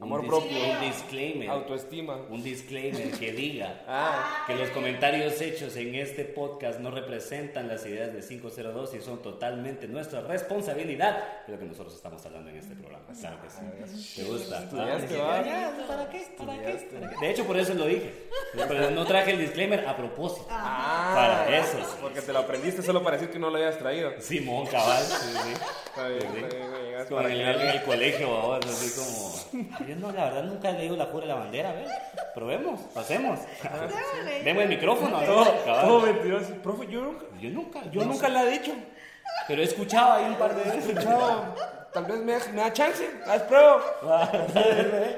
Amor dis- propio. Un disclaimer. Eh, Autoestima. un disclaimer que diga Ah, que los comentarios hechos en este podcast no representan las ideas de 502 y son totalmente nuestra responsabilidad de lo que nosotros estamos hablando en este programa. Claro que sí. ¿Te gusta? estudiaste, Ah, va. ya, ya, ¿Para qué? ¿Para qué? Estudiaste. ¿Para qué? De hecho, por eso lo dije. Pero no traje el disclaimer a propósito. Ah, Para eso. Porque te lo aprendiste solo para decir que no lo habías traído. Simón Cabal. sí, sí. Está bien, Sí. está bien, me Es llegaste como para en el, en el colegio, babos, así como. Yo no, la verdad nunca he leído la jura de la bandera, a ver. Probemos, pasemos. Dale. Demos el micrófono, a Todo, ver, cabal. todo mentiroso. Profe, yo nunca. Yo nunca, yo nunca la he dicho. Pero he escuchado ahí un par de veces. Chao. Tal vez me, da- me da chance. Haz prueba.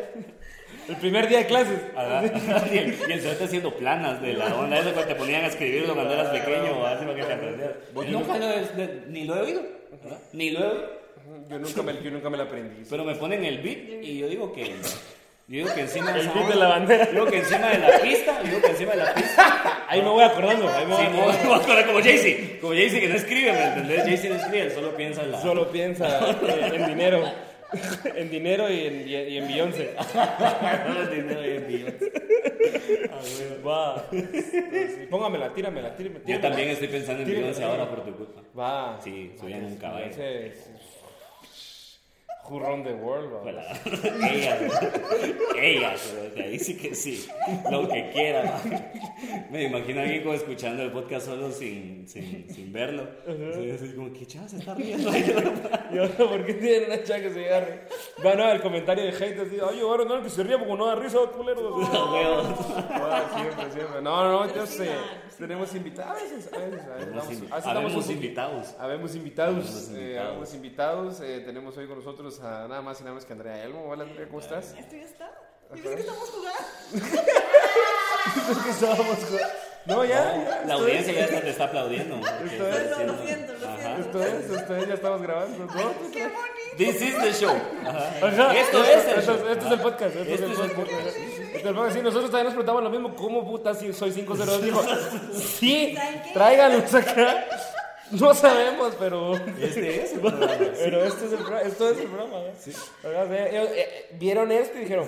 El primer día de clases. Ah, y el, y el cerote haciendo planas de la onda esa cuando te ponían a escribirlo cuando eras pequeño, así para que te aprendieras. Yo nunca lo he- ni lo he oído, ¿verdad? ni lo he oído. Yo nunca me, yo nunca me la aprendí. Pero me ponen el beat y yo digo que. Yo digo que encima de El esa beat de onda- la bandera. Yo digo que encima de la pista. Yo digo que encima de la pista. Ahí me voy acordando. Ahí Sí, me voy no, acordando. no, no, como Jay-Z. Como Jay-Z que no escribe, ¿me entendés? Jay-Z no escribe, él solo piensa en la. Solo piensa eh, en dinero. En dinero y en, y en Beyoncé. el dinero y en Ah, Beyoncé. Va. Sí, Póngamela, tíramela, tíramela. Yo tíramela. también estoy pensando en Tiene- Beyoncé ahora por tu culpa. Va. Sí, soy en un caballo. Ese es- Who run the world, va. Hola. Ella, ella, pero de ahí sí que sí, lo que quiera. ¿no? Me imagino a alguien como escuchando el podcast solo sin, sin, sin verlo. Entonces, es como, ¿qué chava se está riendo? Y ahora, ¿por qué tienen una chaca que se agarre? Va, no, el comentario de hate así, oye, ahora no, el que se ría porque no da risa, culero. A huevos. Ah, siempre, siempre. No, no, yo sé. Tenemos invitados. A veces, a veces. a veces Habemos invi- damos- a veces damos Habemos un- invitados. Habemos invitados. Habemos eh, invitados. Habemos invitados. eh, Tenemos hoy con nosotros a nada más y nada menos que Andrea Elmo. Hola, Andrea, ¿cómo estás? Esto ya está. Yo pensé que estamos jugando. No, ya. ya, La esto audiencia ya está- te está aplaudiendo. Esto es- Está No, no, lo diciendo- siento, lo Ajá. es- siento. Esto es, esto es, ya estamos grabando. ¿no? ¡Qué bonito! This is the show. Ajá. Ajá, Esto es el Esto, show. esto es el podcast. Esto, Esto es es el el podcast. Esto es el podcast. Sí, nosotros también nos preguntamos lo mismo. ¿Cómo puta si soy 502? Dijo, sí, ¿Saben qué? tráiganlos acá. No sabemos, pero... Este es el programa. Pero esto es el, pro- esto es el programa. ¿eh? Ajá, sí, ellos, eh, eh, vieron esto y dijeron,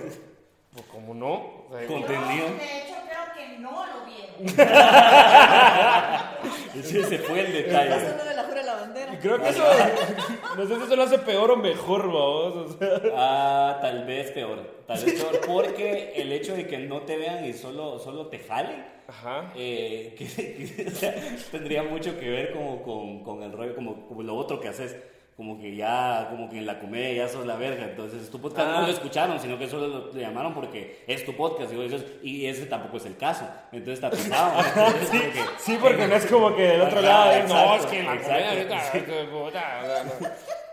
pues como no. O sea, Contenido. De hecho, creo que no lo vieron. Ese fue Este el Está detalle. solo de la jura de la bandera. y creo que eso, no sé si eso lo hace peor o mejor, vamos. O sea, Ah, tal vez peor. Tal vez peor porque el hecho de que no te vean y solo, solo te jalen, ajá. eh, que, que- o sea, tendría mucho que ver como con, con el rollo, como, como lo otro que haces. Como que ya, como que en la comedia ya sos la verga. Entonces, tu podcast Ah. no lo escucharon, sino que solo lo, le llamaron porque es tu podcast. Y, vos dices, "Y ese tampoco es el caso. Entonces, está pesado. Entonces, como que- Sí, porque no es como que del otro lado. ¿eh? Ajá, no, exacto, es que la exacto, comida ahorita. sí. que puta, o sea,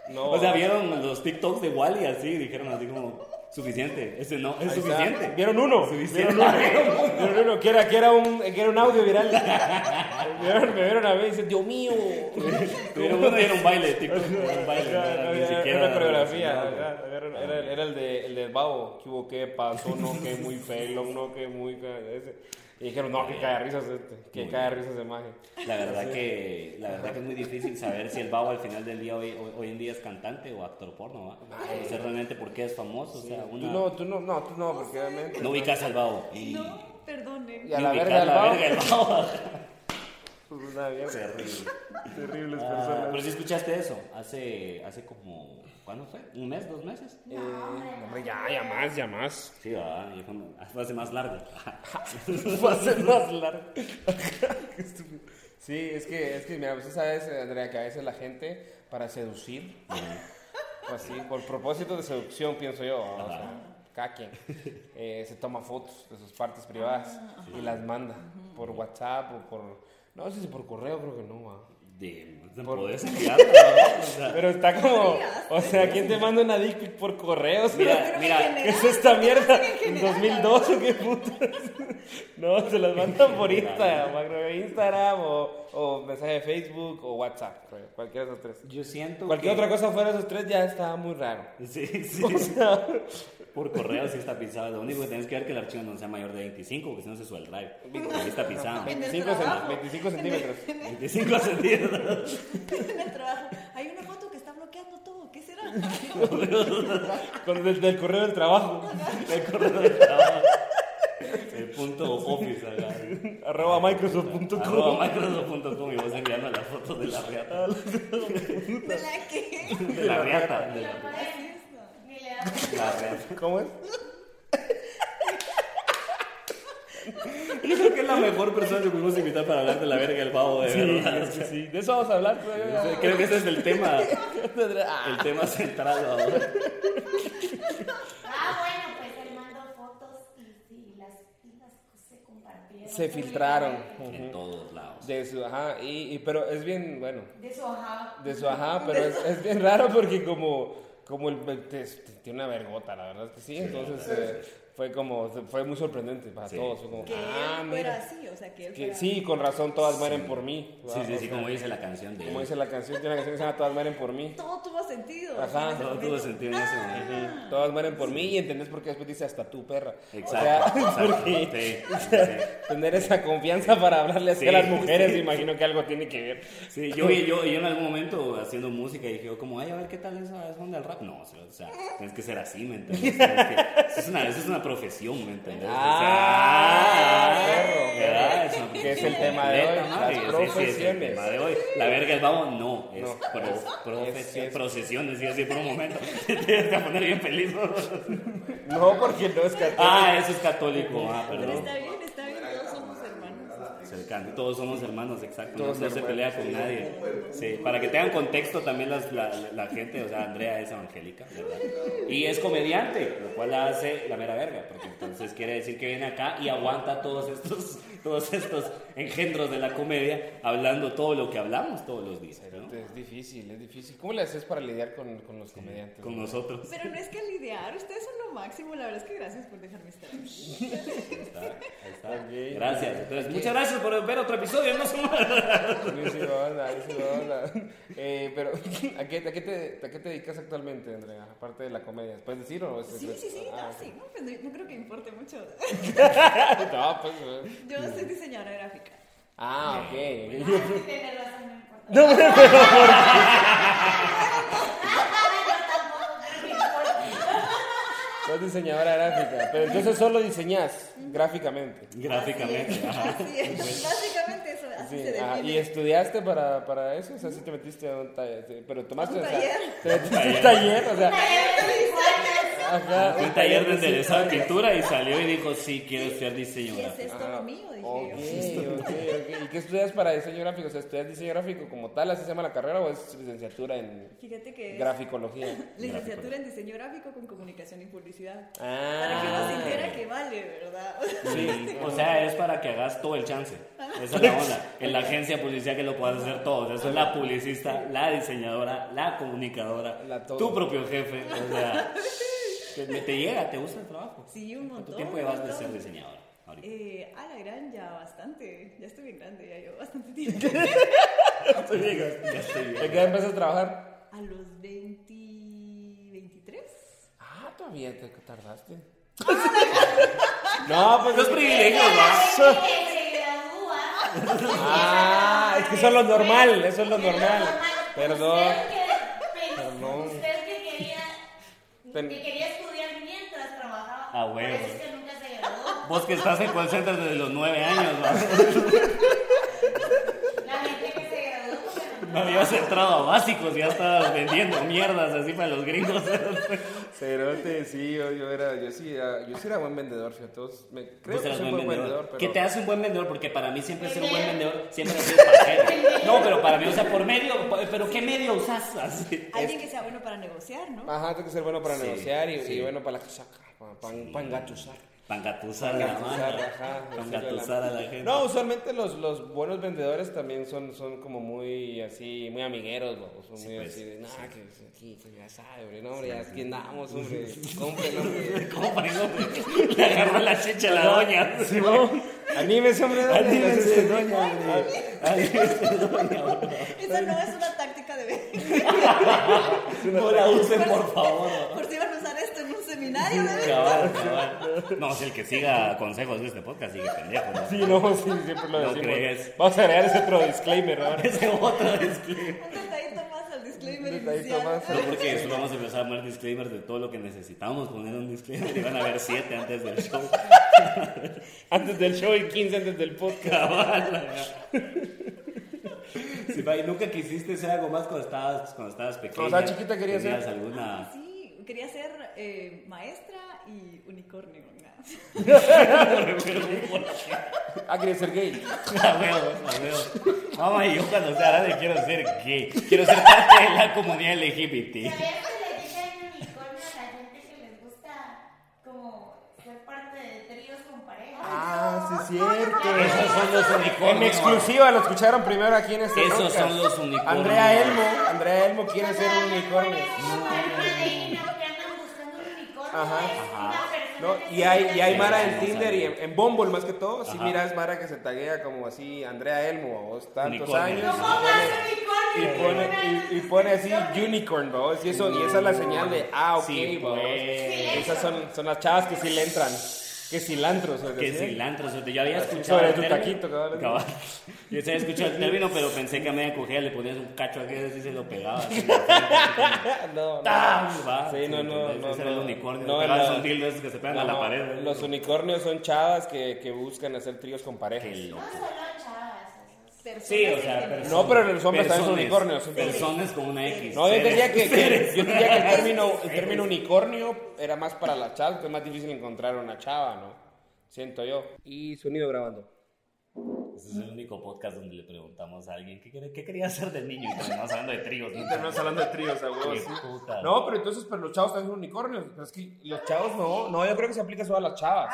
no. No. O sea, vieron los TikToks de Wally así y dijeron así como, suficiente, ese no, es Ahí está. suficiente. Vieron uno. Suficiente. Vieron uno. Vieron uno. Que era, que era, un, que era un audio viral. Vieron- me vieron a ver y dicen, Dios mío. Tuvieron uno y era un baile de TikTok, era un baile, no era Era ni era siquiera una coreografía, relacionado. ajá, era, era el- era el de el del babo, que hubo que pasó, no que muy pelón, no que muy ca- ese. Y dijeron, no, que cae de risas este, que Muy cae de risas de magia. La verdad que la verdad que es muy difícil saber si el babo al final del día hoy, hoy, hoy en día es cantante o actor porno, ¿va? O sea, realmente por qué es famoso, o sea, Tú una no, tú no, no, tú no, porque obviamente. no ubicas al babo. Y, No, perdonen. Y a la ubicas verga del la babo. verga del babo. Pues una mierda. este. Terrible. Terribles Ah, personas. pero si escuchaste eso, hace, hace como, ¿cuándo fue? ¿Un mes? ¿Dos meses? Eh, no, hombre, ya, ya más, ya más. Sí, va, y fue- fue hace más largo. Va a ser más largo. Qué estúpido. Sí, es que, es que, mira, usted sabe, Andrea, que a veces la gente, para seducir, o así, por propósito de seducción, pienso yo, o sea, cada quien, eh, se toma fotos de sus partes privadas y las manda por WhatsApp o por, no sé si por correo, creo que no, va. De, Por- poder enviarlo, ¿no? O sea, Pero está como, o sea, ¿quién te manda una dick pic por correo? O sea, Mira, Pero mira, en general, ¿Qué es esta mierda? en ¿En general, 2002 o qué putas? No, se las mandan por Instagram, man, creo, Instagram o, o mensaje de Facebook o WhatsApp, creo, cualquiera de esos tres. yo siento Cualquier que- otra cosa fuera de esos tres ya estaba muy raro. Sí, sí, O sí. sea, Por correo sí está pisado. Lo único que tienes que ver que el archivo no sea mayor de 25, porque si no se sube el drive. Ahí está pisado. En el 25 Ah, cen- trabajo. 25 centímetros. En el, 25 centímetros. en el trabajo. Hay una foto que está bloqueando todo. ¿Qué será? Con, del, del correo del trabajo. El correo de trabajo. El punto office, acá. Arroba microsoft.com. Arroba microsoft.com y vos enviando las fotos de la reata. ¿De la qué? De la reata. de la- Ni le das la reata. ¿Cómo es? Yo creo que es la mejor persona que pudimos invitar para hablar de la verga el pavo, de verdad. sí, sí. De eso vamos a hablar. pues. Creo que ese es el tema, Ah, el tema central ahora. Ah, bueno, pues él mandó fotos y, y las, y las se compartieron. Se filtraron. En todos lados. De su ajá, y, y- pero es bien, bueno, De su ajá. de su ajá, pero es, es bien raro porque como, como el, el- te- te- tiene una vergota, la verdad es que sí, entonces eh, fue como, fue muy sorprendente para Sí. todos, fue como, Que ah, él fuera mira, así, o sea, que él que fuera sí, con razón todas mueren por mí, Sí, ¿verdad? sí, sí, O sea, como dice la canción de como dice la canción, tiene una canción que se llama Todas mueren por mí, Todo tuvo sentido. Ajá, en ese Todo tuvo momento. sentido en ese momento. todas mueren por mí y entendés por qué después dice hasta tú, perra, Exacto. o sea, exacto, porque sí, sí. tener esa confianza para hablarle así Sí, a las mujeres, sí. me imagino que algo tiene que ver, Sí, yo, yo, yo en algún momento haciendo música dije, yo como, ay, a ver qué tal esa es onda del rap. No, o sea, o sea, tienes que ser así, ¿me entiendes? Tienes que- eso, es una, eso es una profesión, ¿me entiendes? O sea, Ah, perro, ¿verdad? ¿verdad? Es una Que es profesión el tema de completa, hoy, madre, sí, las sí, es el profesiones. tema de hoy. La verga, el babo, no, es No, pro- profesión, es- procesiones, y así por un momento. Te tienes que poner bien feliz. no porque no es católico. ah, eso es católico, ah, Pero perdón. está bien, está bien, todos somos hermanos. Cercano. Todos somos hermanos, exacto. Todos no no se hermanos. pelea con nadie. Sí, para que tengan contexto también las- la, la gente, o sea, Andrea es evangélica, ¿verdad? Y es comediante, lo cual la hace la mera verga, porque entonces quiere decir que viene acá y aguanta todos estos, todos estos engendros de la comedia hablando todo lo que hablamos todos los días, ¿no? Es difícil, es difícil. ¿Cómo le haces para lidiar con, con los comediantes? Con nosotros. Pero no es que lidiar, ustedes son lo máximo. La verdad es que gracias por dejarme estar aquí. Ahí está, ahí está. Ok. Gracias. Entonces, muchas gracias por ver otro episodio. No somos... Yo sí, banda, yo sí, banda. Eh, pero, ¿a qué, a, qué te, ¿a qué te dedicas actualmente, Andrea? Aparte de la comedia. ¿Puedes decir o es Sí, es- sí, sí, ah, no, sí. No, pues no, no creo que importe mucho. No, pues. eh. Yo soy diseñadora gráfica. Ah, ok. Ah, sí, de verdad, no me importa. No, pero, pero, Ah, Yo tampoco creo que importe. sos diseñadora gráfica. Pero entonces solo diseñas gráficamente. Gráficamente. ajá. Así es, básicamente eso, así Ah, pues. Sí, Ah, se ajá. define. ¿Y estudiaste para, para eso? O sea, sí te metiste a un taller. sí, Pero tomaste. Un o sea, taller. Te metiste a un taller, o sea. Taller de diseño. Ajá, Fue un taller de enderezado de pintura y salió y dijo, sí, quiero estudiar diseño ¿Qué es gráfico. esto lo mío? Dije yo. Ah, Ok, ok, ok. ¿Y qué estudias para diseño gráfico? O sea, ¿estudias diseño gráfico como tal? ¿Así se llama la carrera o es licenciatura en Fíjate que es graficología? licenciatura en diseño gráfico con comunicación y publicidad. Ah. Para que uno sintiera que vale, ¿verdad? Sí, o sea, es para que hagas todo el chance. Esa es la onda. En la agencia publicidad que lo puedas hacer todo. O sea, eso es la publicista, la diseñadora, la comunicadora, La todo. tu propio jefe. O sea, te, te llega, te gusta el trabajo. Sí, un ¿Cuánto montón. tiempo un llevas de montón. ser diseñadora? ahorita? Eh, a la gran ya bastante, ya estoy bien grande, ya llevo bastante tiempo. Ya estoy ¿De bien. qué empezaste a trabajar? A los 20, 23. Ah, todavía te tardaste. no, pues Los privilegios, ¿va? La gente que se gradúa. Ah, es que eso es lo normal, eso es lo normal. Perdón. Perdón. Perdón. Usted que quería, Ten- que quería estudiar mientras trabajaba. Ah, huevo. Por eso es que nunca se graduó. Vos que estás en call center desde los nueve años, ¿va? La gente que se graduó. pero No habías entrado a básicos, ya estabas vendiendo mierdas así para los gringos. Cerote, sí, yo, yo era, yo sí era, yo sí era buen vendedor, fíjate. todos Me, creo Vos que eras soy buen vendedor, pero. ¿Qué te hace un buen vendedor? Porque para mí siempre ser un buen Vender. vendedor siempre es pajero. No, pero para mí, o sea, por medio, pero ¿qué medio usas? Así. Alguien que sea bueno para negociar, ¿no? Ajá, tengo que ser bueno para Sí, negociar y, y sí. bueno para la cachaca, para, para, para engatusar. Pangatuzar la mano. Ajá, Pangatuzar a la gente. No, usualmente los, los buenos vendedores también son, son como muy así, muy amigueros, ¿no? son Sí, muy pues, así de, no, que pues, aquí, pues, ya sabe, hombre, no, hombre, ya aquí andamos, hombre, compren, hombre. Compren, hombre. Le agarró la chicha a la doña. Ah, Sí, ¿no? Anímese, hombre, doña. Anímese, entonces, doña, Ay, este doña, hombre. Eso no es una táctica de venta. No la usen, por favor. Por si iban a usar esto en un seminario de venta. Cabal, cabal. No, si el que siga consejos de este podcast sigue pendejo. ¿no? Sí, no, sí, siempre lo No decimos. crees. Vamos a agregar ese otro disclaimer ahora. Ese otro disclaimer. Un detallito más al disclaimer Detallito inicial. más. No, porque después vamos a empezar a armar disclaimers de todo lo que necesitamos poner un disclaimer. Y van a haber siete antes del show. Antes del show y 15 antes del podcast. Cabal. Sí, va, y nunca quisiste hacer algo más cuando estabas, cuando estabas pequeña. Cuando estaba chiquita quería ¿Tenías ser- alguna... Sí, quería ser eh, maestra y unicornio. nada. Ah, quería ser gay. La veo, la veo. Mamá, yo cuando sea grande quiero ser gay. Quiero ser parte de la comunidad LGBT. ¿Sabías que le dicen unicornio a la gente que les gusta como ser parte de tríos con parejas? Ah, sí, es cierto. Esos son los En unicornios. exclusiva, lo escucharon primero aquí en este Esos podcast. son los unicornios. Andrea Elmo, Andrea Elmo quiere ser un unicornio. Ajá. No, y hay, y hay Mara en Tinder y en, en Bumble más que todo, si Ajá. miras Mara que se taguea como así, Andrea Elmo, vos tantos Unicornio. años. Y pone, y, y pone así unicorn, vos, y eso, y esa es la señal de ah, ok, Sí, vos. pues. Esas son, son las chavas que sí le entran. Que cilantro, se Que decía. cilantro, o sea, yo había Así, escuchado. sobre el tu término. taquito, cabal. Yo había escuchado el término, pero pensé que a media cogida le ponías un cacho aquí y se lo pegabas. No, no. Va, Sí, no, no, pues, Ese no, era el no. unicornio. No, Pegabas no. un dildo de esos que se pegan a No, la pared. ¿eh? Los unicornios son chavas que, que buscan hacer tríos con parejas. Qué loco. Personas Sí, o sea, que- personas. No, pero los hombres también Personas. son unicornios, son Personas con una X. No, yo Seres. diría que, que- yo diría que el, término, el Seres. término unicornio era más para las chavas, que es más difícil encontrar una chava, ¿no? Siento yo. Y sonido grabando. Ese es el único podcast donde le preguntamos a alguien qué, quería- qué quería hacer de niño y terminamos hablando de tríos. ¿no? hablando de tríos, a Qué puta. No, pero entonces, pero los chavos también son unicornios. Pero es que los chavos no, no, yo creo que se aplica solo a las chavas.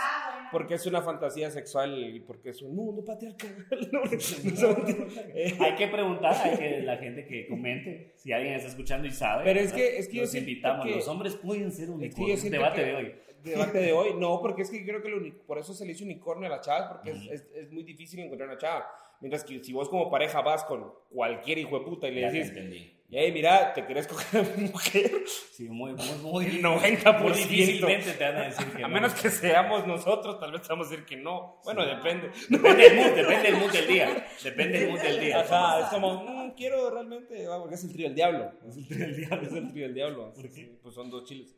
Porque es una fantasía sexual y porque es un mundo patriarcal. No, no se entiende. Eh, Hay que preguntar, hay que la gente que comente si alguien está escuchando y sabe. Pero es que- es que yo los siento invitamos. que- Los hombres pueden ser Es que yo unicornios. siento debate que- de hoy. Debate de hoy. No, porque es que creo que el uni- por eso se le dice unicornio a las chavas, porque es- Ujú. es, es muy difícil encontrar una chava. Mientras que si vos como pareja vas con cualquier hijo de puta y le Ya te dices, entendí. hey, mira, te querés coger a mi mujer, Sí, muy, muy, muy. 90%. muy difícilmente te van a decir que a no. menos que seamos nosotros, tal vez te vamos a decir que no. Bueno, depende. Depende del mood, depende del mood del día. Depende del mood del día. Ajá, es como, "Mm, quiero realmente, ah, porque es el trío del diablo. Es el Del día. es el trío del diablo. ¿Por qué? Sí, Pues son dos chiles.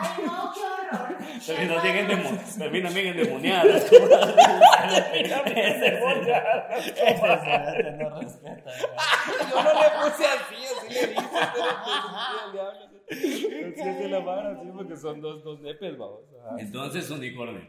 Ay, no, qué horror. Terminan bien, endemo terminan bien endemoniadas. Ese es el- no respeta. Yo no le puse así, así le dije, pero que es un tío diablo. Es que es de la vara, sí, porque son dos, dos nepes, vamos. ajá. Entonces, unicornio.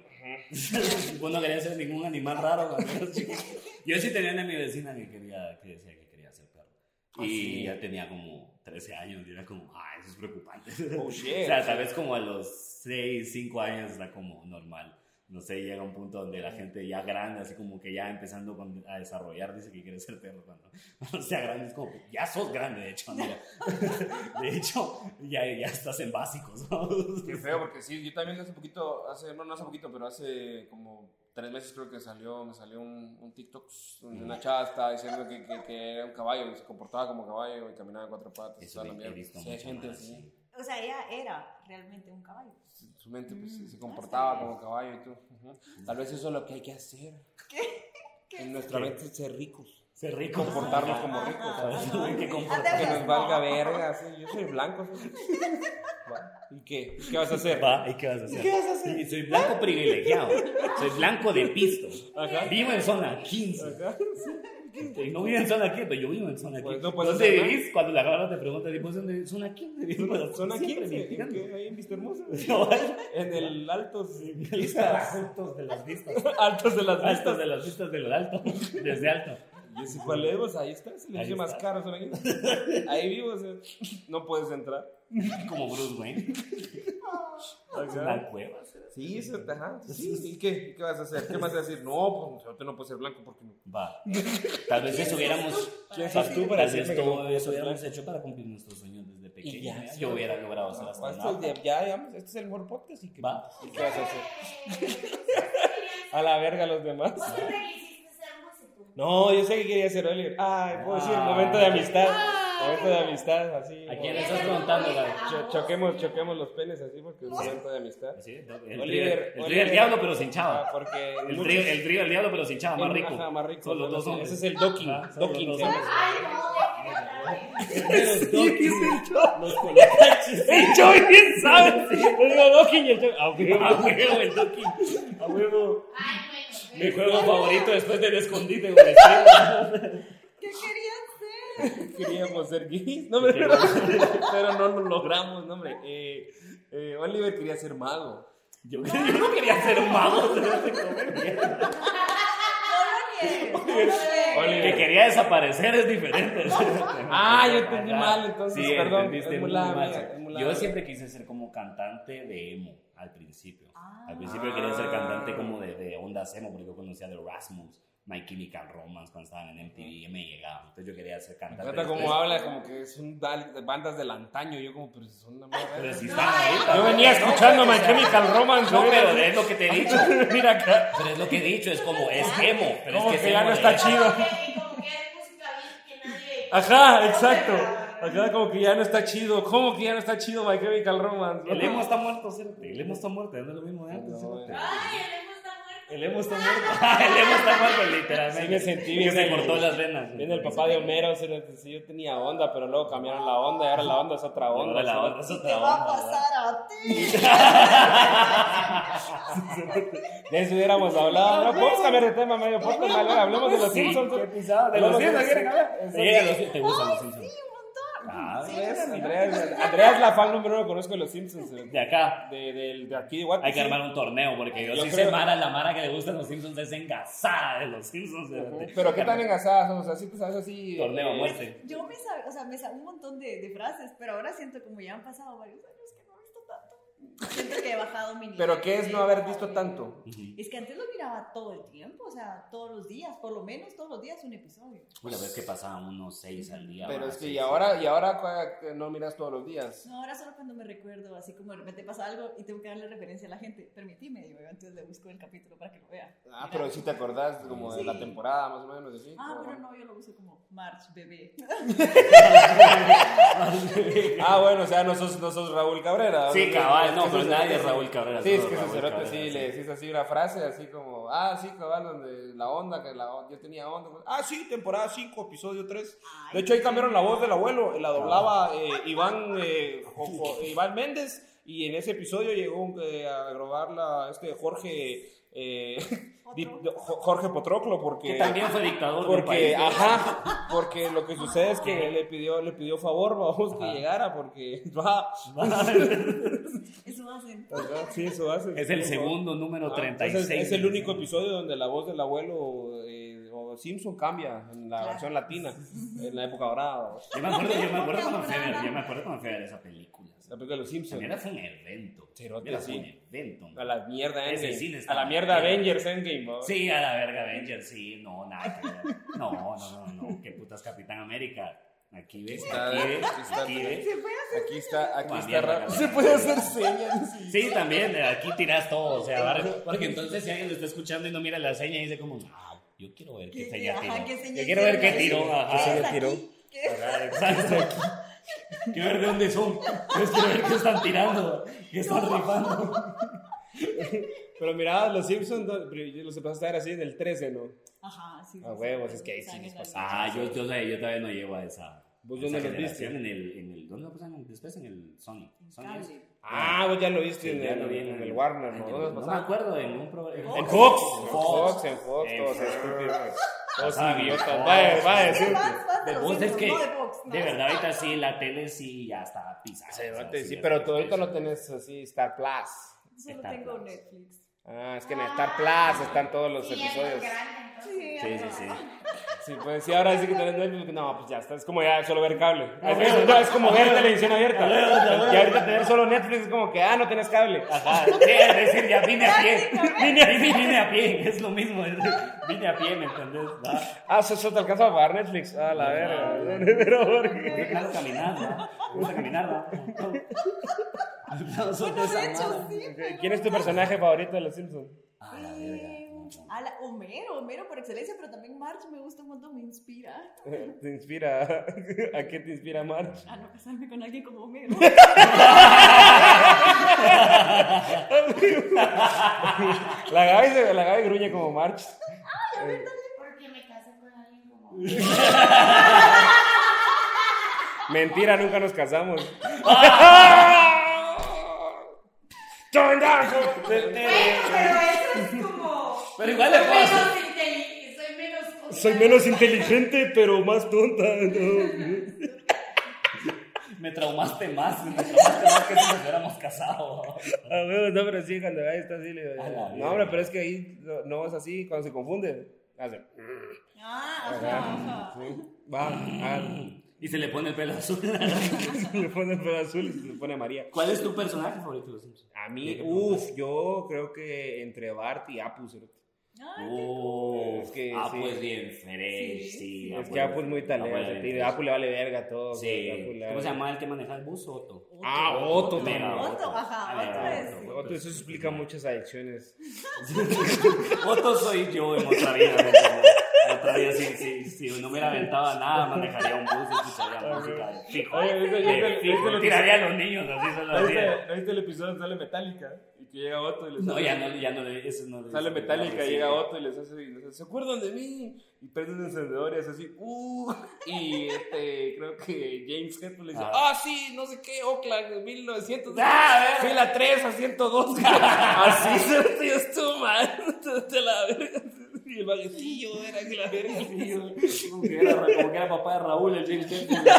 Vos no querías ser ningún animal raro cuando eras chiquito. Yo sí tenía una mi vecina que, quería, que decía que quería ser perro. Y ya tenía como 13 años y era como, ah, eso es preocupante. Oh, shit. O sea, tal vez como a los 6, 5 años era como normal. No sé, llega un punto donde la gente ya grande, así como que ya empezando con- a desarrollar, dice que quiere ser perro. Cuando, cuando sea grande es como, ya sos grande, de hecho, amiga. De hecho, ya, ya estás en básicos. ¿no? Qué feo, porque sí, yo también hace poquito, hace, no, no hace poquito, pero hace como tres meses creo que salió, me salió un, un TikTok donde una chava estaba diciendo que, que, que era un caballo, y se comportaba como caballo y caminaba en cuatro patas. Eso toda he- la he mierda. visto Sí, hay mucho gente más, así. sí. O sea, ella era realmente un caballo. Su mente pues, se Mm, comportaba ah, sí. como caballo y tú. ujú. Tal vez eso es lo que hay que hacer. En nuestra ¿Qué? mente ser ricos. Ser rico. Comportarnos Ajá. como ricos. ¿sabes? Hay que Que comportarnos. nos valga verga, sí, yo soy blanco. sí. Va, ¿Y qué? ¿Y ¿Qué vas a hacer? Va, ¿y qué vas a hacer? ¿Qué vas a hacer? Y Soy blanco privilegiado. Soy blanco de pisto. Ajá. Vivo en zona 15. Ajá. Y No vivo en zona 15, pero yo vivo en zona 15. Pues no puedes ¿Dónde hacer nada. vivís? Cuando la cámara te pregunta, tipo, ¿dónde? Zona 15. vivo Son aquí, siempre ¿en viviendo. qué? Ahí en Vista Hermosa. No, En el Altos listas. Vistas. Altos de las vistas. Altos de las Altos Vistas. de las vistas de lo alto. Desde alto. Y ese cuál es, pues ahí está, es el Ahí edificio más está. caro. son aquí. Ahí vivo, o sea, no puedes entrar. Como Bruce Wayne. Es Ajá. una cueva. Sí, eso, ajá. Sí, ¿Y qué? ¿Qué vas a hacer? ¿Qué vas a decir? No, pues yo no puedo ser blanco porque no. Va. Tal vez eso hubiéramos. ¿Quién Tal sos tú para tal vez decirme que todo no? eso hubiéramos hecho para cumplir nuestros sueños desde pequeños. ya, Yo hubiera logrado ser Ah, esto astronauta. ya, ya, digamos, este es el mejor podcast y que- Va. ¿y qué vas a hacer? A la verga los demás. Vos siempre quisiste ser músico. No, yo sé que quería ser Oliver. Ay, puedo decir, Ah. momento de amistad. Momento de amistad, así. ¿A mo- quién le estás preguntando, Gaby? Cho- choquemos, choquemos los penes así porque es momento de amistad. Sí, El trío- Oliver, el trío Oliver. del diablo, pero sin Ah, chava. porque El trío, el trío del diablo, pero sin chava, más rico. Ajá, más rico. Son los dos Ese hombres. es el docking. Ah, son los docking. ¿eh? dos se llama. hombres. Ay, no, déjame hablar. Los Dokin, los colocachis. El Joey bien sabe. Yo digo Dokin y el Joey. Ah, ok. A huevo, el Dokin. A huevo. Ay, bueno. Mi pero- juego favorito después del escondite, güey. Sí, ¿Qué querían ser? Queríamos ser gays, no, hombre, pero, pero no lo logramos, no, hombre. Eh, eh, Oliver quería ser mago. Yo, yo no quería ser un mago. Ah, No lo niegues. no lo niegues. Oli- Que quería desaparecer es diferente. Ah, yo entendí mal, entonces, Sí, perdón, entendiste es muy muy larga, mal. es muy Yo larga. siempre quise ser como cantante de emo al principio. Al principio quería ser cantante como de, de ondas emo, porque yo conocía de Rasmus, My Chemical Romance, cuando estaban en MTV y me llegaba. Entonces yo quería ser Me cantante. este Trata después. como habla, como que son dal- bandas del antaño. Yo, como, pero si son una Pero mierda. si están ahí, Yo venía escuchando My Chemical Romance. No, yo pero venía- es lo que te he dicho. Mira acá. Pero es lo que he dicho, es como, es emo. Pero Como es que, que es ya emo no de está verdad. chido. Como que es música bien que nadie. Ajá, exacto. Acá, como que ya no está chido. ¿Cómo que ya no está chido My Chemical Romance? El emo está muerto, cérate. El emo está muerto, ya no es lo mismo de antes, No, cérate. Ay, el emo está muerto. El emo está muerto. Ah, el emo está muerto, literalmente. Sí me sentí Que bien se ahí. cortó las venas. Viene el papá de Homero, o sea, sí, yo tenía onda, pero luego cambiaron la onda y ahora la onda es otra onda. Ahora la ¿sabes? onda es ¿Qué otra va a onda, ¿verdad? pasar a ti? De eso hubiéramos hablado. No, podemos cambiar de tema medio poco, tal vez hablemos de los Sí, Simpsons. qué pisado. De los Simpsons, ¿quieren hablar? Sí. Llega los Simpsons. ¿Te gustan los Simpsons? Un montón. Ah, Sí, Andrea es- sí. Andrea es- Andrea es la fan número uno que conozco de los Simpsons. De, De acá. de, del- de aquí de Guatemala. Hay que armar un torneo porque yo, Yo sí creo- sé Mara, la Mara que le gustan los Simpsons es engasada de los Simpsons. fíjate. Pero qué tan engasadas son, o sea, si te sabes así. Torneo, eh, muerte. Yo me sabía, o sea, me sabía un montón de, de frases, pero ahora siento como ya han pasado varios años que no he visto tanto. Siento que he bajado mi nivel. Pero qué es no haber visto Sí. tanto. Es que antes lo miraba todo el tiempo, o sea, todos los días, por lo menos todos los días un episodio. Una vez que pasaban unos seis al día. Pero más, es que, seis, y ahora, siete. y ahora cua- no miras todos los días. No, ahora solo cuando me recuerdo, así como de repente pasa algo y tengo que darle referencia a la gente. Permitime, digo, yo antes le busco el capítulo para que lo vea. Ah, Mira. pero si te acordás como de Sí. la temporada, más o menos, así. Ah, como- bueno, no, yo lo uso como March, bebé. Ah, bueno, o sea, no sos, no sos Raúl Cabrera. Sí, ¿no? cabal, no, Es que pero ese nadie cerote es Raúl sí. Cabrera, Sí, es solo que ese Raúl cerote Cabrera, sí, sí. le decís así una frase, así como, ah, sí, cabal, donde la onda, que la on- yo tenía onda. pues, Ah, sí, temporada 5, episodio 3. De hecho, ahí cambiaron la voz del abuelo, y la Ah. doblaba eh, Iván, eh, Jo- Jo- Iván Méndez, y en ese episodio llegó eh, a grabarla este Jorge... eh, di- Jo- Jorge Potroclo porque Que también fue dictador de un porque, país. ¿no? ajá, porque lo que sucede es que le pidió, le pidió favor, vamos, que llegara, porque, va, Eso hacen. ajá, sí, eso hace. Es el segundo número Ah, 36. entonces Es el único episodio donde la voz del abuelo eh, o Simpson cambia en la versión latina, en la época dorada, ¿va? Yo me acuerdo, yo me acuerdo cuando fui a ver, yo me acuerdo cuando fui a ver esa película. la película de los Simpsons. También fue un evento. Cerote, Mira, fue sí. un evento. A la mierda Ese Endgame. cine está a la mierda mal. Avengers Endgame, ¿va? Sí, a la verga Avengers, sí, no, nada. que ver. No, no, no, no, qué putas Capitán América. Aquí ves, Está- aquí ves, está- aquí ves. Aquí está, aquí Una está mierda, raro. cabrón. Se puede hacer señas. sí. Sí, también, de aquí tiras todo, o sea, barre- porque entonces si alguien lo está escuchando y no mira la seña, dice como, ah, yo quiero ver qué ¿Qué- seña ajá, tiró. qué seña Yo quiero ver qué hicieron? tiró, ¿Qué ajá. es aquí? ¿Qué? Ajá, Exacto. Quiero ver de dónde son. Pues quiero ver qué están tirando, qué están rifando. Pero mirabas los Simpsons, ¿no? Pero los empezaste a ver así en el 13, ¿no? Ajá, sí. A sí, huevos, sí, es que ahí Pues, sí saben les la- Ah, yo, yo, todavía- yo todavía no llego a esa. a ¿Vos esa dónde los generación, viste? En el, en el, ¿Dónde lo pasan después? En el Sony. Sony cable. es- Ah, vos ya lo viste Sí, en, ya el, lo vi en en el Warner, en ¿no? el- ¿Dónde No me pasaba? acuerdo, en un programa. En Fox. En Fox. Fox, en Fox, En todos Fox. estúpidos. Todos Pasaban en idiotas. Fox. Vaya, vaya, Es que decir. más fácil De los vos es Simpsons, que, no de Fox, no. de verdad, ahorita sí, la tele sí ya está pisada. Sí, o sea, sí, ya pero está tú ahorita pisada. lo tenés así, Star Plus. Solo Está tengo claro. Netflix. Ah, es que en Star Plus están todos los Sí, es episodios. grande, entonces. Sí, sí, sí. Sí, pues sí, ahora sí que tenés Netflix. No, pues ya está, es como ya solo ver cable. Ah, Es, bueno. es- no, es como ver televisión abierta. bueno, ah, bueno. Y ahorita tener solo Netflix es como que, ah, no tenés cable. Ajá, sí, es decir, ya vine a pie. Vine a pie, vine a pie, es lo mismo. es- Vine a pie, ¿me entendés? Va. Ah, eso, eso te alcanza a pagar Netflix. Ah, la verga. Pero, ¿por qué? Me gusta caminar, ¿no? Me gusta caminar, ¿no? Bueno, de hecho, sí. ¿Quién es tu personaje favorito de los Simpsons? A Ah, la verga. A la- Homero, Homero por excelencia, pero también March me gusta un montón, me inspira ¿Te inspira? ¿A qué te inspira March? a no casarme con alguien como Homero. La Gaby, se- la Gaby gruñe como March. Porque me casé con alguien como. Mentira, nunca nos casamos. Bueno, pero eso es como. Pero igual le soy pasa. menos inteli- Soy menos. culta. Soy menos inteligente, pero más tonta. ¿no? Me traumaste más, me traumaste más que si nos hubiéramos casado. A ver, no, pero sí, cuando ahí está así. le digo, A la no, hombre, verga. pero es que ahí no, no es así, cuando se confunde. Hace, Ah, ajá, ajá. sí, va, ah, Y se le pone el pelo azul. le pone el pelo azul y se le pone a María. ¿Cuál es tu personaje favorito de los Simpsons? A mí, ¿Qué uff, yo creo que entre Bart y Apu, ¿sí? Ay, Oh, Es que ah, sí. pues bien, fresh, Sí, sí. es que Apu es muy Ah, talentoso. bueno, tío, Apu le vale verga a todo. Sí. Apu le ¿Cómo vale- se llama el que maneja el bus? Otto. Ah, Otto también. Mega Otto, ajá, Mega Otto es- Otto. Otro, eso explica muchas adicciones. Otto soy yo en otra vida. ¿no? En otra vida, si, si, si no hubiera aventado nada, manejaría un bus y escucharía música. de Fijo. Oye, ¿viste- De viste- fijo, viste lo que- este Tiraría Este a los niños, así solo ¿No así. viste, no viste el episodio donde sale Metallica? Y que llega Otto y les No, hace- ya no, ya no, le- eso no le- Sale Metallica, sí. llega Otto y les hace, y les hace, ¿se acuerdan de mí? Y prende un encendedor y hace así, ¡uh! Y este, creo que James Hetfield le dice, Ah. ¡ah, sí! No sé qué, Oakland, 1900. Ah, a ver. Fila 3 a 102. así se tío, estuvo mal. De la verga. Y el bajecillo era que la verga. Sí, yo- Como que era, como que era papá de Raúl, el James Hetfield.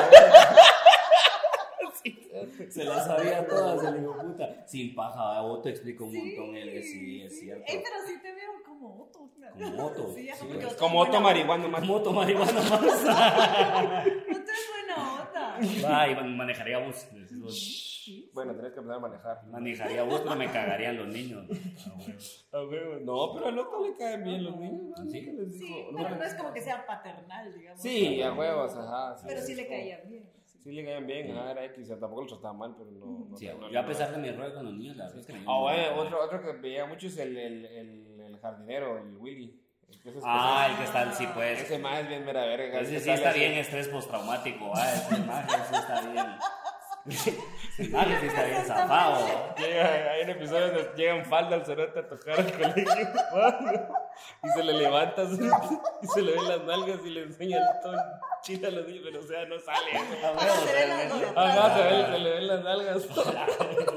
Se la sabía todas, el hijo puta. Sin paja, Otto explica un montón. Él que sí, es cierto. Ey, pero sí te veo como Otto. Como Otto, Sí, ajá, sí. pues. porque Otto Como es Otto buena- marihuana Más más. moto, marihuana, más. Otto es buena onda. Va, y manejaría bus. Bueno, tenés que aprender a manejar. Manejaría bus, pero me cagarían los niños. No, pero al Otto le caen bien los niños. ¿no? Sí. Nunca les dijo- Sí, nunca pero no les- es como que sea paternal, digamos. Sí, a huevos, ajá. Pero sí es le como- caía bien. Sí le caían bien, ajá, era X, o sea, tampoco lo trataba mal, pero no... no Sí, no- yo a no- pesar de mi error con los niños, la verdad es que me Ah, bueno, otro, otro que veía mucho es el, el, el, el jardinero, el Willy. El que es Ah, el que está, sí, pues. Ese más es bien mera verga. Ese que sí sale está así. bien eh. estrés postraumático, ah, ese imagen sí está bien. Ese imagen sí está bien zafado. ¿va? Llega, hay un episodio donde llega en falda al cerote a tocar al colegio. y se le levanta cerote, y se le ven las nalgas y le enseña el ton chita a los niños, pero o sea, no sale. Ah, Ah, se ve bueno, la- Ah, no, se, ve- se le ven las nalgas.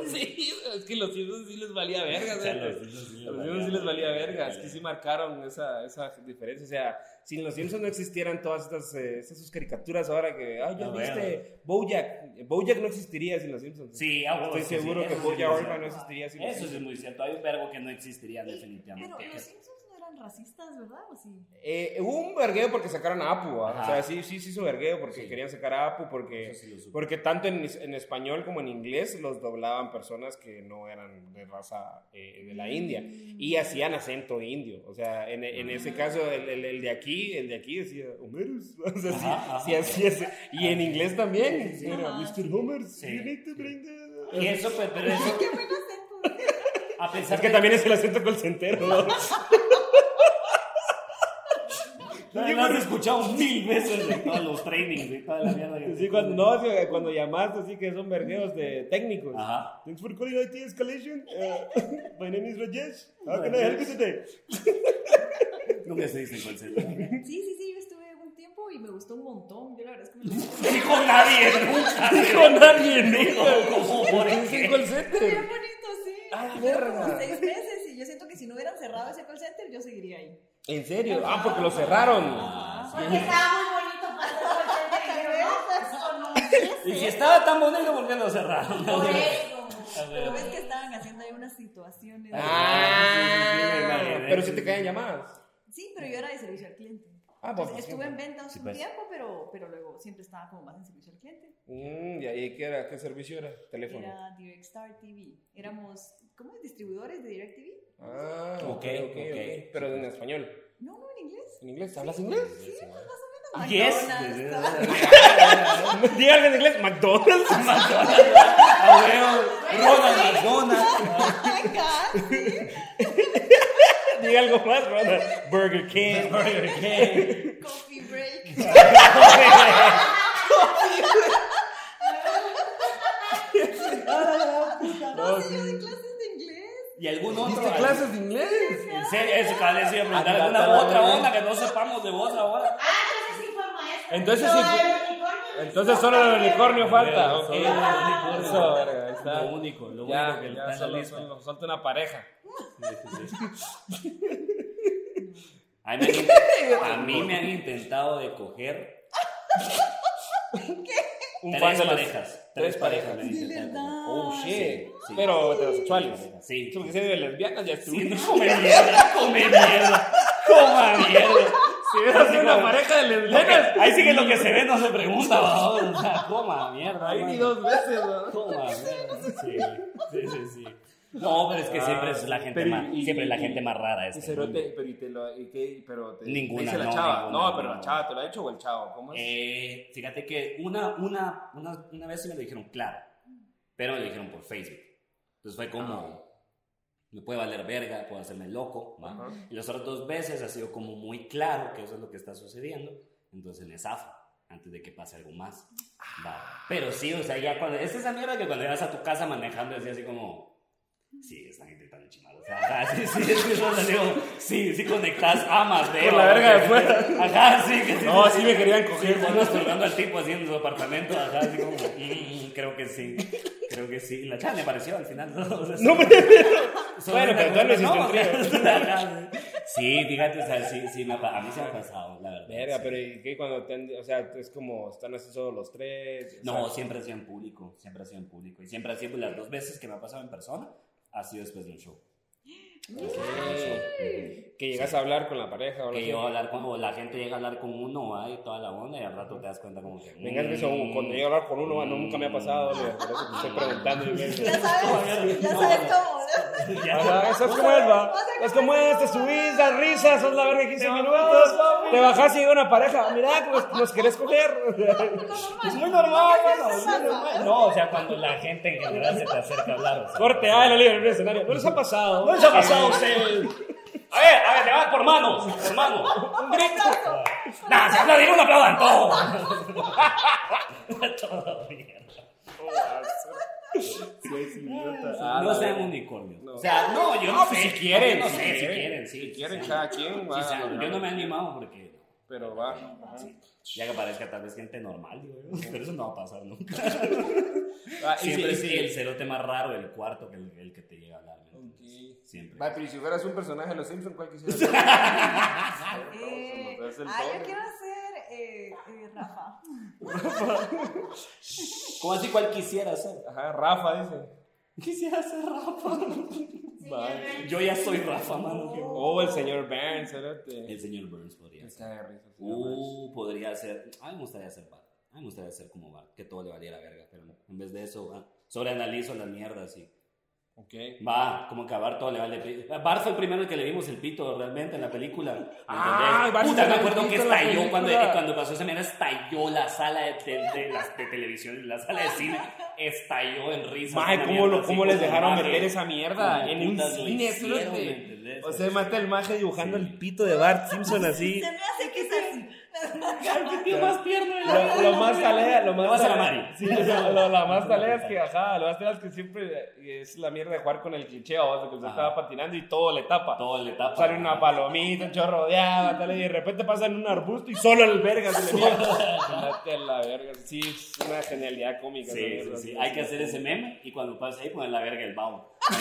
sí, es que los Simpsons sí les valía verga. o sea, ¿no? los Simpsons sí A les los Simpsons sí les valía verga, es que valía. sí marcaron esa, esa diferencia. O sea, sin los Simpsons no existieran todas estas, eh, estas sus caricaturas ahora que. Ay, ya A ver. viste, Bojack. Bojack no existiría sin los Simpsons. Sí, ah, bueno, Estoy eso sí, seguro que eso sí Bojack es Horseman no cierto. existiría sin los Eso sí es Simpsons. muy cierto, hay un verbo que no existiría Pero definitivamente. los Simpsons no eran racistas, ¿verdad? ¿O sí? Eh, hubo un vergueo porque sacaron a Apu, ¿ah? o Ajá. sea, sí, sí, sí hizo vergueo porque Sí. querían sacar a Apu porque, Eso sí lo supe. porque tanto en, en español como en inglés los doblaban personas que no eran de raza eh, de la India y hacían acento indio, o sea, en, en ese caso el, el- el de aquí, el de aquí decía Homerus, o sea, sí, Ajá, sí hacía ese- y en inglés también, era Ajá. Mr. Homer, Sí. you need to bring the-" Y eso, pues, pero eso, Qué buen acento. a pesar Es que de- también es el acento colcentero, ¿no? No, lo has escuchado mil veces de todos los trainings, de toda la mierda que Sí, cuando, no, sí, cuando llamaste, así que son vergueos de técnicos. Ajá. Thanks for calling IT Escalation. Uh, my name is Rajesh. How can I help you today? Nunca se dice en call center. Sí, sí, sí, yo estuve un tiempo y me gustó un montón. Yo la verdad es que me lo pasé Dijo nadie, nunca. Dijo nadie, Dijo, ¿cómo? ¿Por qué? call bien center. bonito, sí. Ah, Fue como verga. seis meses y yo siento que si no hubieran cerrado ese call center, yo seguiría ahí. ¿En serio? Ah, porque lo cerraron. Ah, Porque estaba muy bonito para ser contenta, pero no, eso no Y si estaba tan bonito, ¿por qué lo cerraron? Por eso. A ver. Pero ves que estaban haciendo ahí unas situaciones. Ah, pero si te caen llamadas. Sí, pero yo era de servicio al cliente. Ah, pues, Entonces, estuve en ventas Sí, un pues. tiempo, pero, pero luego siempre estaba como más en servicio al cliente. Mm, ¿Y ahí qué era? ¿Qué servicio era? Teléfono. Era DirectStar TV. Éramos, ¿cómo? Distribuidores de DirecTV. Ah, Ok, ok, ok, ok. ok. Pero en español. No, no, en inglés. ¿En inglés? ¿Hablas inglés? Sí, pues más o menos. Y es. McDonald's. Díganme en inglés. McDonald's. A ver, Ah, Ronald McDonald. Ajá, sí. Diga algo más, Ronald. Burger King. Burger King. Coffee break. No, sí, yo di clases de inglés. ¿Y algún otro? ¿Diste clases de inglés? En serio, eso que les iba a preguntar. Ah, ¿Alguna claro. otra onda que no sepamos de vos ahora? Ah, entonces sí fue maestra. Lo Entonces sí fue- del unicornio Entonces solo el unicornio falta. Solo ok. el unicornio. Eso, verga, ahí está. Lo único, lo ya, único que ya está en la solo- lista. solo- falta una pareja. Sí, sí, sí. Ay, me han- a mí me han intentado de coger Un tres de los- parejas. Tres parejas. me han De intentado verdad. coger. Oh, shit. Sí, sí. Pero heterosexuales. Sí. Porque si eres lesbiana ya Sí, estuviste. no come mierda, come mierda, coma mierda. Si hubieras sido una pareja de lesbianas, Ahí sí que lo que se ve no se pregunta, babón. O sea, coma mierda. ahí ni mano. dos veces, ¿no? Coma mierda. Sí, sí, sí, sí. No, Ah, pero es que siempre es la gente Pero y- más, y- siempre es la y- gente más rara. de Y Este mundo. cerote, pero y te lo, y qué, pero te, Ninguna, te dice la no, chava. ninguna, no, pero no. la chava te lo ha hecho o el chavo, ¿cómo es? Eh, fíjate que una, una, una, una vez sí me lo dijeron claro, pero me lo dijeron por Facebook. Entonces fue como, me puede valer verga, puedo hacerme loco. ¿va? Ah. Ajá. Y las otras dos veces ha sido como muy claro que eso es lo que está sucediendo. Entonces me zafo antes de que pase algo más. ¿va? Pero sí, o sea, ya cuando... Es esa mierda que cuando llegas a tu casa manejando decía así como... Sí, están intentando chimar. O sea, ajá, sí, sí, sí, o sea, digo, sí, sí conectas A más B. Por la ¿va? verga de fuera. Ajá, sí, que sí. No, sí me querían Sí, coger. vos masturbando al tipo así en su apartamento, ajá, así como, mm, creo que sí, creo que sí. La chava le pareció al final. No, O sea, sí. Solo Bueno, una pero tal vez cosa, hiciste o sea, ajá, Sí, fíjate, o sea, sí, sí, me ha pa- a mí se me ha pasado, la verdad. Verga, sí. pero ¿y qué cuando te han, o sea, es como están así solo los tres? O No, sea, siempre ha sido en público, siempre ha sido en público. Y siempre ha sido, las dos veces que me ha pasado en persona, ha sido después de un show. que, que llegas a hablar con la pareja o algo Que así. yo hablar con, o la gente llega a hablar con uno, ¿va? y toda la onda, y al rato te das cuenta como que... Venga, es que eso, mm, cuando llego a hablar con uno, ah, no, nunca me ha pasado, le- por eso te estoy preguntando. y que- Ya sabes, ya sabes cómo, ¿no? Ajá, eso es como es, va. Es como es, te subís, das risas, sos la verga 15 minutos, te bajás y llega una pareja, mirá, nos, nos querés coger. Es muy normal, bueno, es muy normal. No, o sea, cuando la gente en general se te acerca a hablar. o sea. Corte A de la libre en el escenario. No les ha pasado. ¿No les ha pasado a usted? A ver, a ver, levanta por manos, por mano. Un grito. Nada, se aplauden uno, aplaudan todo. todo mierda. No sean unicornios. O sea, no, yo no, sé. Si quieren, no sé, si quieren, sí. Si quieren sí. cada quien, va. Sí, sí, yo no me he animado porque. Pero va. Ya que parezca tal vez gente normal, digo yo, pero eso no va a pasar nunca. Ah, y Siempre es si- y si- el cerote más raro, el cuarto, que el, el que te llega a hablar. ¿no? Entonces, Ok. Siempre. Va, pero ¿y si fueras un personaje de los Simpsons, ¿cuál quisieras ser? Eh, Entonces, el ah, doble. yo quiero ser eh, eh, Rafa. ¿Cómo así cuál quisiera ser? Ajá, Rafa dice. Quisiera ser Rafa. Yo ya soy Rafa, mano. Oh, el señor Burns, cerote. El señor Burns podría ser. Está de risa, el señor Burns. Uh, podría ser. A mí me gustaría ser Bart. A mí me gustaría ser como Bart, que todo le valiera verga, pero no. En vez de eso, ah, sobreanalizo las mierdas y. Ok. Va, como que a Bart todo le vale. pri- Bart fue el primero que le vimos el pito realmente en la película. ¿me entendés? Ah, Bart Puta, me se le acuerdo pito que en la estalló cuando, eh, película. cuando pasó esa mierda, estalló la sala de, de- de las- de televisión, la sala de cine, estalló en risa. Maje, una ¿cómo, mierda lo- así cómo les como, dejaron maje, meter esa mierda como en un putas lo cine, hicieron, cerote? ¿me entendés? O sea, mata el maje dibujando Sí. el pito de Bart Simpson así. Se me hace que es así. Lo más tierno de la Lo, lo más talea, lo Le más vas a la talea- Mari. Sí, o sea, lo, la más talea es que, ajá, lo más talea es que siempre es la mierda de jugar con el cliché, o sea, que usted Ajá. estaba patinando y todo le tapa. Todo le tapa. Sale una palomita, un chorro de agua, tal, y de repente pasa en un arbusto y solo el verga se le mira. Mate a la verga. Sí, es una genialidad cómica. esa Sí, sí, mierda, sí. Hay que hacer ese meme y cuando pase ahí poner la verga el bao. ¡Oh!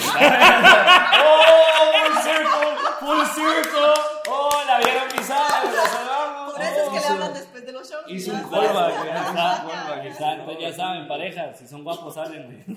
¡Full circle! ¡Full circle! ¡Oh, la vieron pisada! ¡La salvamos! ¡Oh, Por eso es que le Hizo- hablan después de los shows. hizo ¿no? un callback, ¿no? Ajá, Ajá, ajá. bueno, Exacto, ya saben, pareja, si son guapos, salen.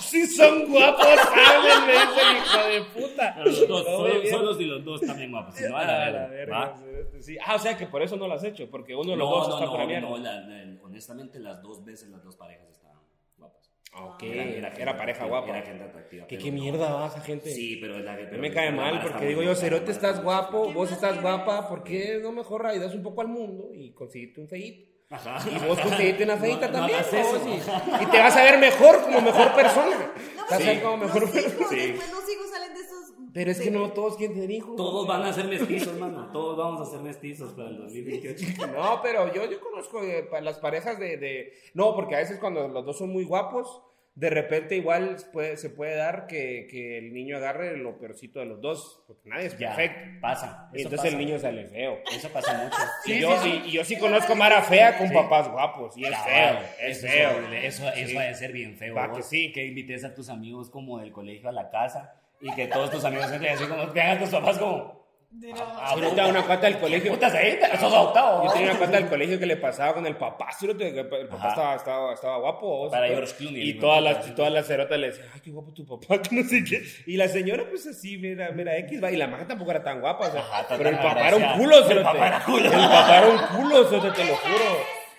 Si son guapos, hablen, le dicen, hijo de puta. Los dos, No, bien. solo, solo si los dos también guapos, si no, a Ah, la la verga. ¿va? verga. Sí. Ah, o sea que por eso no lo has hecho, porque uno No, de los dos no, está para no, mierda. no, la- la- honestamente las dos veces las dos parejas estaban guapas. Ok, Era- era, era gente pareja atractiva, guapa. Era gente atractiva. ¿Qué, pero qué no. mierda va esa gente? Sí, pero es la que. A mí me cae mal porque digo yo, Cerote, estás guapo, vos estás guapa, ¿por qué no mejor ayudas un poco al mundo y conseguiste un feíto? Ajá. Y vos conseguiste una feita No, no también, hagas ¿no? eso. Sí. y, te vas a ver mejor como mejor persona. No, Vas a Sí. ver como mejor Los hijos, Sí. después los hijos salen de esos. Pero es que de- no todos quieren tener hijos. Todos van a ser mestizos, mano. Todos vamos a ser mestizos para el 2028. No, pero yo, yo conozco eh, pa- las parejas de, de- No, porque a veces cuando los dos son muy guapos, De repente igual puede- se puede dar que, que el niño agarre lo peorcito de los dos, porque nadie es Ya, perfecto. pasa. Y eso entonces pasa. el niño sale feo. Eso pasa mucho. y, yo, Y, y yo sí conozco Mara fea con Sí. papás guapos. Y es Cabal, feo, es eso feo. horrible, Eso, eso Sí. ha de ser bien feo. Va vos, que sí. Que invites a tus amigos como del colegio a la casa y que todos tus amigos entren así como que hagan tus papás como. Pero, Ahorita una cuata del colegio. Putas ahí, sos adoptado. Yo vos". tenía una cuenta del colegio que le pasaba con el papá, ¿sí? el papá Ajá. estaba, estaba, estaba guapo. ¿vos? Para George Clooney, Y el todas papá. las, y todas las cerotas le decían, ay, qué guapo tu papá, que no sé qué. Y la señora, pues así, mira, mira, X, va. Y la maja tampoco era tan guapa, o sea, Ajá, tan pero el papá era un agraciada. culo, cerote. El papá era culo. El papá era un culo, cerote, te lo juro.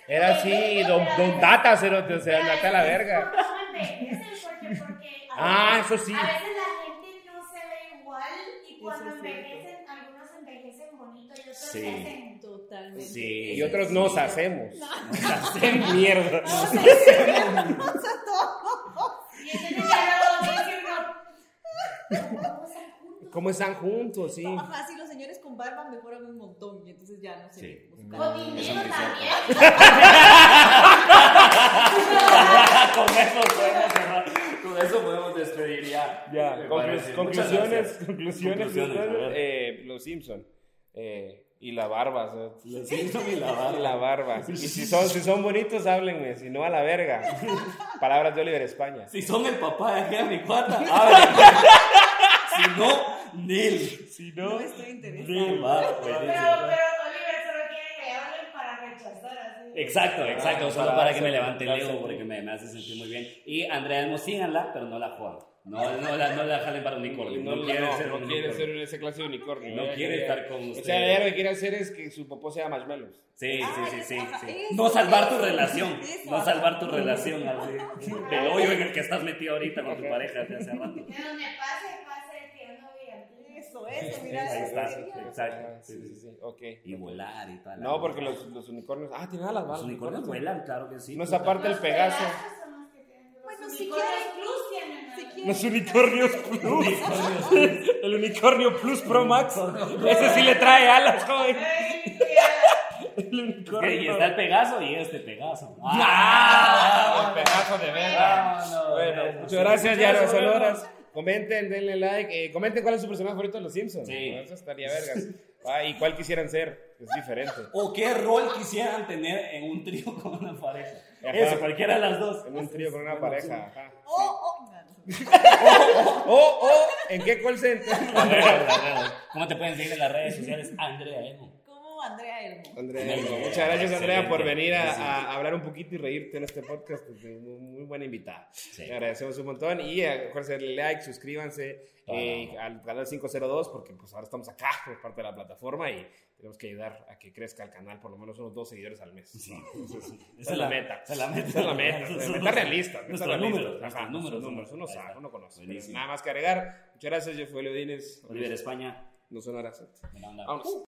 Era así, don, don data, cerote, o sea, andate a la verga. porque, porque Ah, eso sí. A veces la gente no se ve igual y cuando Eso es cierto. envejecen, algunos envejecen bonito y otros Sí. envejecen. Totalmente. Sí. Y otros sí. nos hacemos. Nos hacen mierda. Vamos a todo. Y entonces ya no lo dicen, no. Vamos a juntos. ¿Cómo están juntos? Sí. Ajá, sí, los señores con barba mejoran un montón y entonces ya no sé. Sí. O dinero también. es con eso podemos cerrar. Con eso podemos despedir ya. Ya, Me conclu- parece. Muchas conclusiones, gracias. conclusiones, Conclusiones, entonces, a ver. eh, los Simpson eh, y la barba, o sea, Lo siento, mi lavado. y la barba. Y si son, si son bonitos, háblenme, si no a la verga. Palabras de Oliver España. Si son el papá de aquella mi cuata, abre. si no, Nil. Si No estoy interesada. Nil, va, Pero, buenísimo. pero Oliver solo quiere que hablen para rechazar así. Exacto, exacto, Ah, solo para para que me hacer- levante el para ego, hacer- porque me, me hace sentir muy bien. Y Andrea Elmo, síganla, pero no la jodan. No, no, la, no la jalen para unicornio. No, quiere ser no un quiere unicornio. ser esa clase de unicornio. eh, No Ella quiere quería- estar con O sea, ella ustedes. lo que quiere hacer es que su popó sea marshmallows. Sí, Ah, sí, sí, sí, ajá, sí. eso, No salvar tu eso, relación. eso. No salvar tu relación, así. El hoyo en el que estás metido ahorita con tu pareja de hace rato. De donde pase, pase, que no mira. Eso, eso, mira. Ahí eso está, sería. Ah, exacto. sí, sí, sí, ok. Y volar y tal. No, porque los, los unicornios. Ah, tiene alas, ¿verdad? Los unicornios vuelan, claro que sí. No es aparte el Pegaso. Bueno, Bueno, si si quieren- plus tienen. Si algo. quieren- Los unicornios plus. El unicornio plus Pro Max. Ese sí le trae alas, joven. Ay, mira. El Ok, y está el Pegaso y este Pegaso. ¡Ah! El pedazo de verga. Ah, no, bueno, no, no, muchas sí. gracias, Muchas Yaro gracias, Soloras. Comenten, denle like. eh, comenten cuál es su personaje favorito de los Simpsons. Sí. Eso estaría vergas. Ah, y cuál quisieran ser. Es diferente. ¿O qué rol quisieran tener en un trío con una pareja? Ajá. Eso, cualquiera de las dos. En un trío con una pareja. ajá. Oh, oh, no, no. O, o, ¿en qué call center? A ver, a ver, a ver. ¿Cómo te pueden seguir en las redes sociales? Andrea Emo. Como Andrea Elmo. Andrea, Muy bien, muchas gracias Andrea por excelente. venir a, Gracias. a hablar un poquito y reírte en este podcast, porque es muy, muy buena invitada. Le agradecemos un montón y eh, acuérdense de darle like, suscríbanse Claro. eh, al canal 502 porque pues ahora estamos acá por parte de la plataforma y tenemos que ayudar a que crezca el canal por lo menos unos dos seguidores al mes. ¿no? Entonces, Esa es la meta. Esa es la meta. Esa es la meta. Meta realista. meta Nuestros realista. números, Ajá, nuestros números. números. Uno Ahí sabe, está. uno conoce. Pero Buenísimo. Nada más que agregar. Muchas gracias, yo fui Leo Dines. Oliver España. No son horas. buena onda. Vámonos.